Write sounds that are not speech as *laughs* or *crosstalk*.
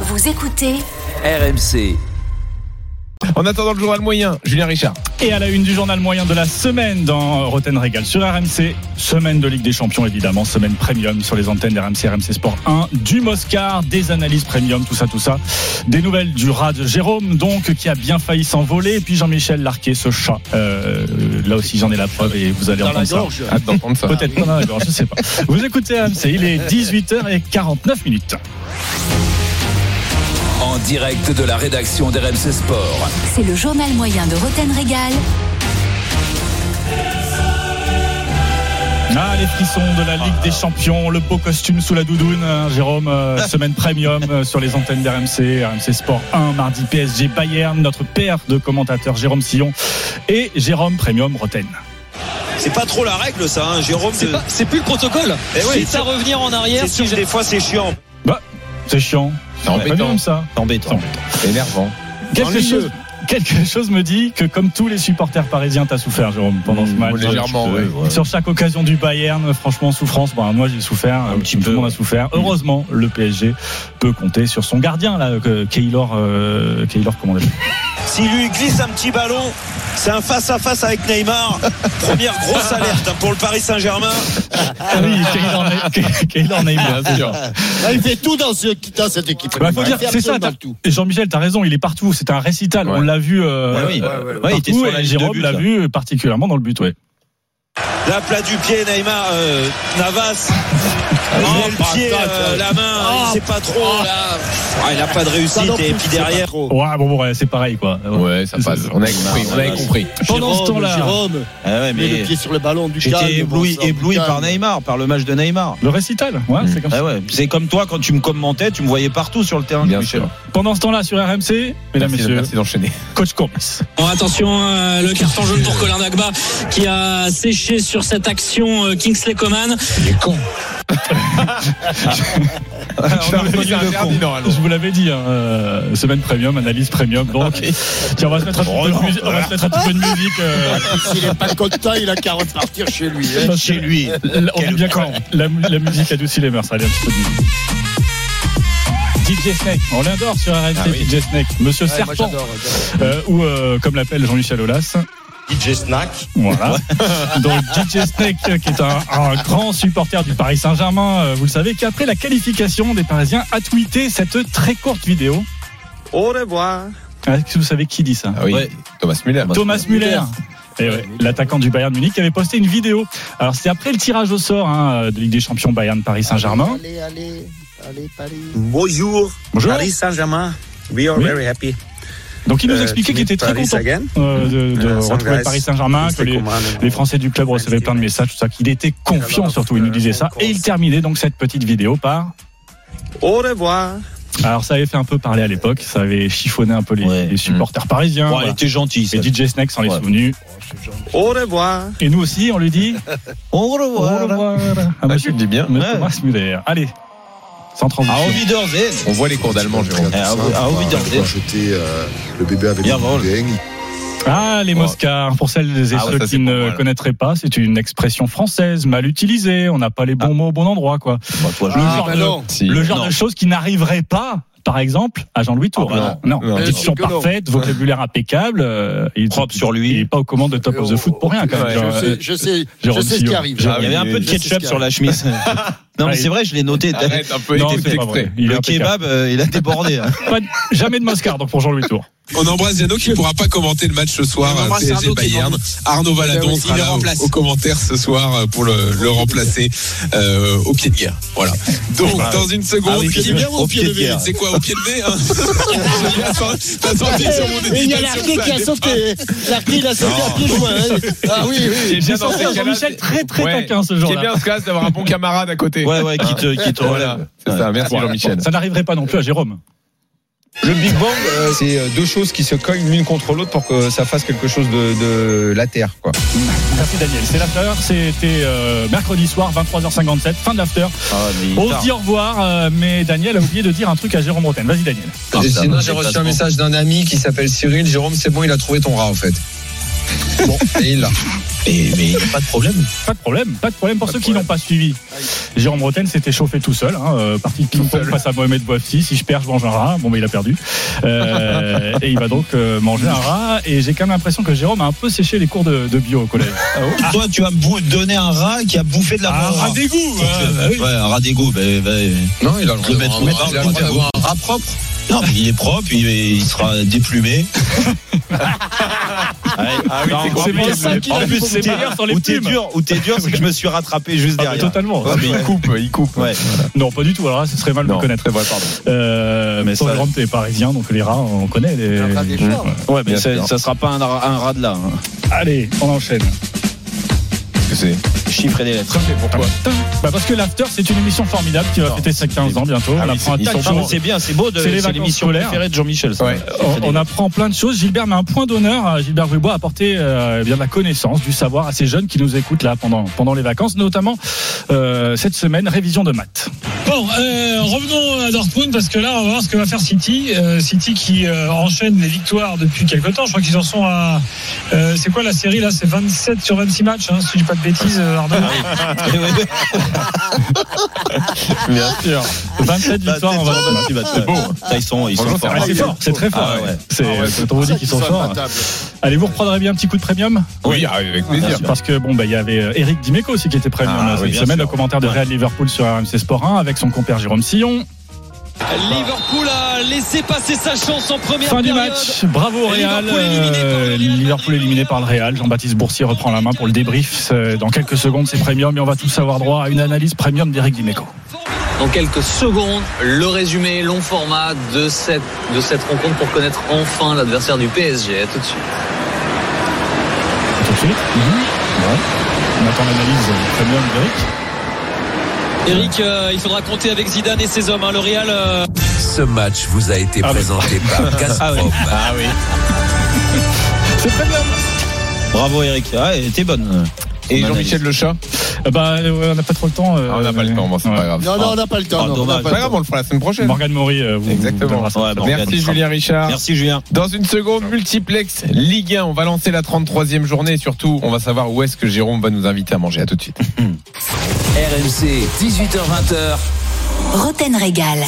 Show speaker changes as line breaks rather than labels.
Vous écoutez
RMC.
En attendant le journal moyen, Julien Richard.
Et à la une du journal moyen de la semaine dans Roten Régal sur RMC, semaine de Ligue des Champions évidemment, semaine premium sur les antennes RMC, RMC Sport 1, du Moscar, des analyses premium, tout ça, tout ça. Des nouvelles du rat de Jérôme donc qui a bien failli s'envoler et puis Jean-Michel Larquet, ce chat. Euh, là aussi j'en ai la preuve et vous allez
dans la
entendre ça.
gorge.
Hâte d'entendre ça.
Peut-être pas dans la gorge, je sais pas. Vous écoutez RMC, il est 18h49 minutes.
En direct de la rédaction d'RMC Sport.
C'est le journal moyen de Roten Régal.
Ah, les frissons de la Ligue des Champions, le beau costume sous la doudoune, hein, Jérôme, euh, semaine premium euh, sur les antennes d'RMC, RMC Sport 1, mardi PSG Bayern, notre père de commentateurs Jérôme Sillon et Jérôme Premium Roten.
C'est pas trop la règle ça, hein, Jérôme.
C'est
de-
pas- c'est plus le protocole.
Eh ouais,
Quitte à revenir en arrière,
C'est sûr
si
que
j'ai-
des fois c'est chiant.
Bah, C'est chiant.
C'est
Pas bien
embêtant.
comme ça.
C'est embêtant. C'est énervant.
Quelque chose, quelque chose me dit que comme tous les supporters parisiens, t'as souffert, Jérôme, pendant
Mmh,
ce match.
légèrement,
Euh,
oui, ouais.
Sur chaque occasion du Bayern, franchement, souffrance. Bon, moi, j'ai souffert. Un
petit
Tout
peu,
le monde a
ouais.
souffert. Heureusement, le PSG peut compter sur son gardien, là, que- Keylor, euh, Keylor, comment on l'appelle
S'il lui glisse un petit ballon, c'est un face-à-face avec Neymar. Première grosse alerte hein, pour le Paris Saint-Germain.
Ah oui, Keylor
*laughs*
Ne- Keylor Neymar.
Bien sûr.
Là, Ah, il fait tout dans, ce, dans cette équipe.
Bah, faut
Il
dire,
fait
c'est ça.
absolument
t'as-
tout.
Et Jean-Michel, t'as raison, il est partout. C'est un récital.
Ouais.
On l'a vu. euh,
Ouais, oui.
euh,
Ouais, ouais, ouais.
partout,
Il était sur la
et
ligne de
Jérôme
but,
l'a
là.
vu euh, particulièrement dans le but. Ouais.
La plat du pied, Neymar, euh, Navas. Oh, le pied, euh, la main, il sait pas trop. là. Ah, il a pas de
Ça
réussite
non
et
plus,
puis
c'est pas
derrière.
Oh.
trop.
Ouais, bon, bon, ouais, c'est pareil, quoi.
Ouais, ça passe. On avait compris. On avait compris.
Pendant ce
Jérôme,
temps-là-
Jérôme,
Ah ouais,
mets
mais
le pied sur le ballon du calme.
j'étais ébloui,
bon sang,
ébloui
du calme.
par Neymar, par le match de Neymar.
Le récital, ouais,
Mmh.
c'est comme ça.
Ah ouais, c'est comme toi quand tu me commentais, tu me voyais partout sur le terrain.
Bien
Michel.
sûr.
Pendant ce temps-là, sur RMC, mesdames,
Merci,
messieurs,
merci d'enchaîner. *laughs*
coach Courbis.
Bon, attention, euh, le carton jaune pour Colin Dagba qui a séché sur cette action euh, Kingsley Coman.
Je
on a reconnu le con. Je vous l'avais dit, hein, euh, semaine premium, analyse premium. Donc, tiens, on va se mettre un petit peu de musique. On va se mettre un petit peu de musique. euh,
S'il n'est pas content, il a qu'à repartir chez lui. hein.
parce que
lui.
la- On est bien quand la, la musique adoucit les mœurs. Allez, un petit peu de musique. DJ Snake, on l'adore sur RMC,
Ah oui.
DJ Snake, Monsieur
Ouais, moi,
Serpent,
j'adore, j'adore.
euh, ou euh, comme l'appelle Jean-Michel Aulas,
DJ Snack.
Voilà. *laughs* Donc DJ Snake, euh, qui est un, un grand supporter du Paris Saint-Germain, euh, vous le savez, qui après la qualification des Parisiens a tweeté cette très courte vidéo. Ah,
Au revoir.
Est-ce que vous savez qui dit ça
Ah oui.
Ouais.
Thomas Müller.
Thomas Müller. Eh ouais, L'attaquant du Bayern de Munich qui avait posté une vidéo. Alors c'était après le tirage au sort hein, de Ligue des Champions Bayern Paris Saint-Germain.
Allez, allez, allez, Paris.
Bonjour,
Bonjour.
Paris Saint-Germain. We are
Oui.
very happy.
Donc il nous
euh,
expliquait
to
qu'il
meet
était très
Paris
content
again.
euh, de, de
Euh, some
retrouver le
guys,
Paris Saint-Germain, que
Kingsley
les,
Coman and-
les Français du club recevaient plein de messages, tout ça, qu'il était confiant surtout. Il nous disait ça et il terminait donc cette petite vidéo par
Au revoir.
Alors ça avait fait un peu parler à l'époque, ça avait chiffonné un peu les,
Ouais.
les supporters parisiens.
Bon, elle
voilà.
était gentille.
Et
celle-là.
DJ Snake s'en est
Ouais.
souvenu.
Au revoir.
Et nous aussi, on lui *laughs* dit
Au
au
revoir.
revoir à
Ah, tu
monsieur,
le dis bien.
monsieur
Ouais.
Thomas Müller. Allez, sans
À
transition.
Oviderzen.
On voit les cours d'allemand, Jérôme.
Ah, oui, ah, oui, dans le dé.
jeter euh, le bébé avec
Bien, bon.
le bébé.
Ah, les
Ouais.
Moscars, pour celles et
Ah ouais,
ceux
ça, c'est
qui
pour
ne
moi, là.
connaîtraient pas, c'est une expression française mal utilisée, on n'a pas les bons mots au bon endroit. quoi.
Bah, toi, je-
Le
Ah,
genre
bah
de-
non.
Si.
Le genre
Non.
de choses qui n'arriverait pas, par exemple, à Jean-Louis Tour.
Ah, bah non. Non.
diction
Bien sûr que non.
parfaite, vocabulaire impeccable. euh, il-
Propre sur lui.
Il n'est pas aux commandes de Top of the Foot pour rien quand même.
Ouais.
Genre, euh,
Je sais, je sais, je
Jérôme
sais ce
Sillon.
qui arrive. Ah,
Jérôme.
Il y Ah avait un
oui,
peu de
oui, c'est
ketchup
ce
sur la chemise.
euh,
Non, mais c'est vrai, je l'ai noté.
*laughs* Arrête un peu
Non,
écoute
c'est pas
l'extrait.
vrai. Il est
Le
impeccable.
kebab, euh, il a débordé. hein.
*laughs* Pas de- jamais de Moscard donc pour Jean-Louis Tour.
On embrasse Yano qui ne pourra pas commenter le match ce soir.
On embrasse
PSG
Arnaud qui est
Bayern. Arnaud
Ah
Valadon
oui,
sera
il le
là
remplace.
au, au commentaire ce soir euh, pour le, le remplacer euh, au pied de guerre. Voilà. Donc dans une seconde,
Ah oui,
qui dit bien
au pied de
levé,
guerre.
C'est quoi au pied de hein nez hein J'ai bien senti- T'as senti sur mon
Et il y a
hésitation
l'arqué
que
qui
ça
a
allait
sauté. L'arqué, il a sauté à pieds joints. hein. Ah oui, oui.
J'ai bien dans ces
senti
cas-là,
Jean-Michel
c'est-
très, très
Ouais.
taquin, ce
Ce qui est
jour-là.
bien en ce cas, c'est d'avoir un bon camarade à côté.
Ouais, ouais, qui te, qui te
Voilà.
relève.
C'est ça. Merci Jean-Michel.
Ça n'arriverait pas non plus à Jérôme.
Le Big Bang, euh,
C'est euh, deux choses qui se cognent l'une contre l'autre pour que ça fasse quelque chose de, de la terre. Quoi.
Merci Daniel. C'est l'after. C'était euh, mercredi soir, 23h57, fin de l'after.
ah, mais il
On se
tarde.
dit au revoir, euh, mais Daniel a oublié de dire un truc à Jérôme Roten. Vas-y Daniel.
Ah,
Et
ça
sinon,
va,
j'ai reçu un
déplacement.
message d'un ami qui s'appelle Cyril. Jérôme, c'est bon, il a trouvé ton rat en fait. Bon, et il l'a.
Mais, mais pas de problème.
Pas de problème, pas de problème pour ceux qui n'ont pas suivi. Jérôme Roten s'était chauffé tout seul, hein, euh, parti de ping-pong face à Mohamed Bouafsi. Si je perds, je mange un rat. Bon, mais il a perdu. Euh, et il va donc euh, manger un rat. Et j'ai quand même l'impression que Jérôme a un peu séché les cours de, de bio au collège.
Toi, tu vas me bou- donner un rat qui a bouffé de la
Ah, un rat d'égout, hein,
Ouais, un rat d'égout. bah, bah,
Non, il a le droit
le
d'avoir
mettre au
un
bar,
rat, il a le droit d'avoir
un rat propre. Non, mais il est propre, il, il sera *laughs* déplumé.
Ah oui, c'est compliqué. En plus, c'est meilleur sans les
Où t'es
plumes.
dur, où t'es dur, c'est que je me suis rattrapé juste
Ah, mais
derrière.
totalement.
Ouais, mais il
coupe, il coupe.
Ouais.
Non, pas du tout. Alors là, ce serait mal de le connaître.
C'est vrai, pardon.
Euh, mais
Mais
sur
ça-
les rampes, les parisiens, donc les rats, on connaît. Les...
Un rat des
Mmh.
Mm.
fleurs.
Ouais, mais
Bien
ça,
sûr.
ça sera pas un, ra- un rat de là. hein.
Allez, on enchaîne.
Qu'est-ce que c'est
Chiffre et des lettres.
Pourquoi
Bah parce que l'after, c'est une émission formidable qui va fêter ses 15 ans bientôt. on apprend un tas de
Ah, mais
choses.
C'est bien, c'est beau, de-
C'est les
c'est
vacances
l'émission
scolaires. Oh,
préférée de Jean-Michel. ça.
Ouais.
Euh, On, on apprend plein de choses. Gilbert met un point d'honneur à Gilbert Rubois à apporter euh, eh bien de la connaissance, du savoir à ces jeunes qui nous écoutent là pendant pendant les vacances, notamment euh, cette semaine révision de maths.
Bon, euh, revenons à Dortmund parce que là, on va voir ce que va faire City. Euh, City qui euh, enchaîne les victoires depuis quelques temps. Je crois qu'ils en sont à. euh, c'est quoi la série là C'est 27 sur 26 matchs, hein, si je dis pas de bêtises, euh, Arnaud.
Ah
*laughs*
Bien sûr. 27 victoires en
Bah,
vacances.
tu vas te- Ça, Ils sont, ils sont
Franchement,
forts.
Ah, c'est
Ah,
fort, c'est très fort.
Ah, ouais.
ouais. C'est quand on vous dit qu'ils sont
Ça,
forts.
la table.
Allez, vous reprendrez bien un petit coup de premium
Oui, avec plaisir.
Parce que bon, bah, il y avait euh, Eric Dimeco aussi qui était premium
Ah,
là,
oui,
cette
bien
semaine,
sûr.
le commentaire de Real Liverpool sur RMC Sport 1 avec son compère Jérôme Sillon.
Liverpool a laissé passer sa chance en première
Fin du
période.
match, bravo Real.
Liverpool éliminé par le
Euh,
Real
Liverpool éliminé par le Real. Jean-Baptiste Boursier reprend la main pour le débrief. Euh, Dans quelques secondes, c'est premium et on va tous avoir droit à une analyse premium d'Eric Dimeco.
dans quelques secondes le résumé long format de cette, de cette rencontre pour connaître enfin l'adversaire du PSG. À tout de suite.
Tout de suite. Ouais. On attend l'analyse premium d'Eric.
Eric, euh, il faudra compter avec Zidane et ses hommes. hein. Le Real. euh,
Ce match vous a été
Ah,
présenté
*laughs*
par Gazprom.
bah,
Ah
ah
*laughs* C'est premium.
Bravo Eric. Ah, et t'es bonne.
Et
Mon
Jean-Michel Le Chat
Euh, Bah, euh, on n'a pas trop le temps. euh,
Ah, On n'a pas le temps, bon, c'est
ouais.
pas grave.
Non, non, on n'a pas le temps.
Ah,
non, on n'a
dommage.
C'est
pas le
pas grave, on le fera la semaine prochaine.
Morgane Maury, euh, vous,
Exactement.
vous donnera ça.
Ouais, bon. Morgane
Merci
sera-
Julien Richard.
Merci Julien.
Dans une seconde, multiplex Ligue 1. On va lancer la 33e journée et surtout, on va savoir où est-ce que Jérôme va nous inviter à manger. À tout de suite.
RMC, 18h20.
Roten Régal.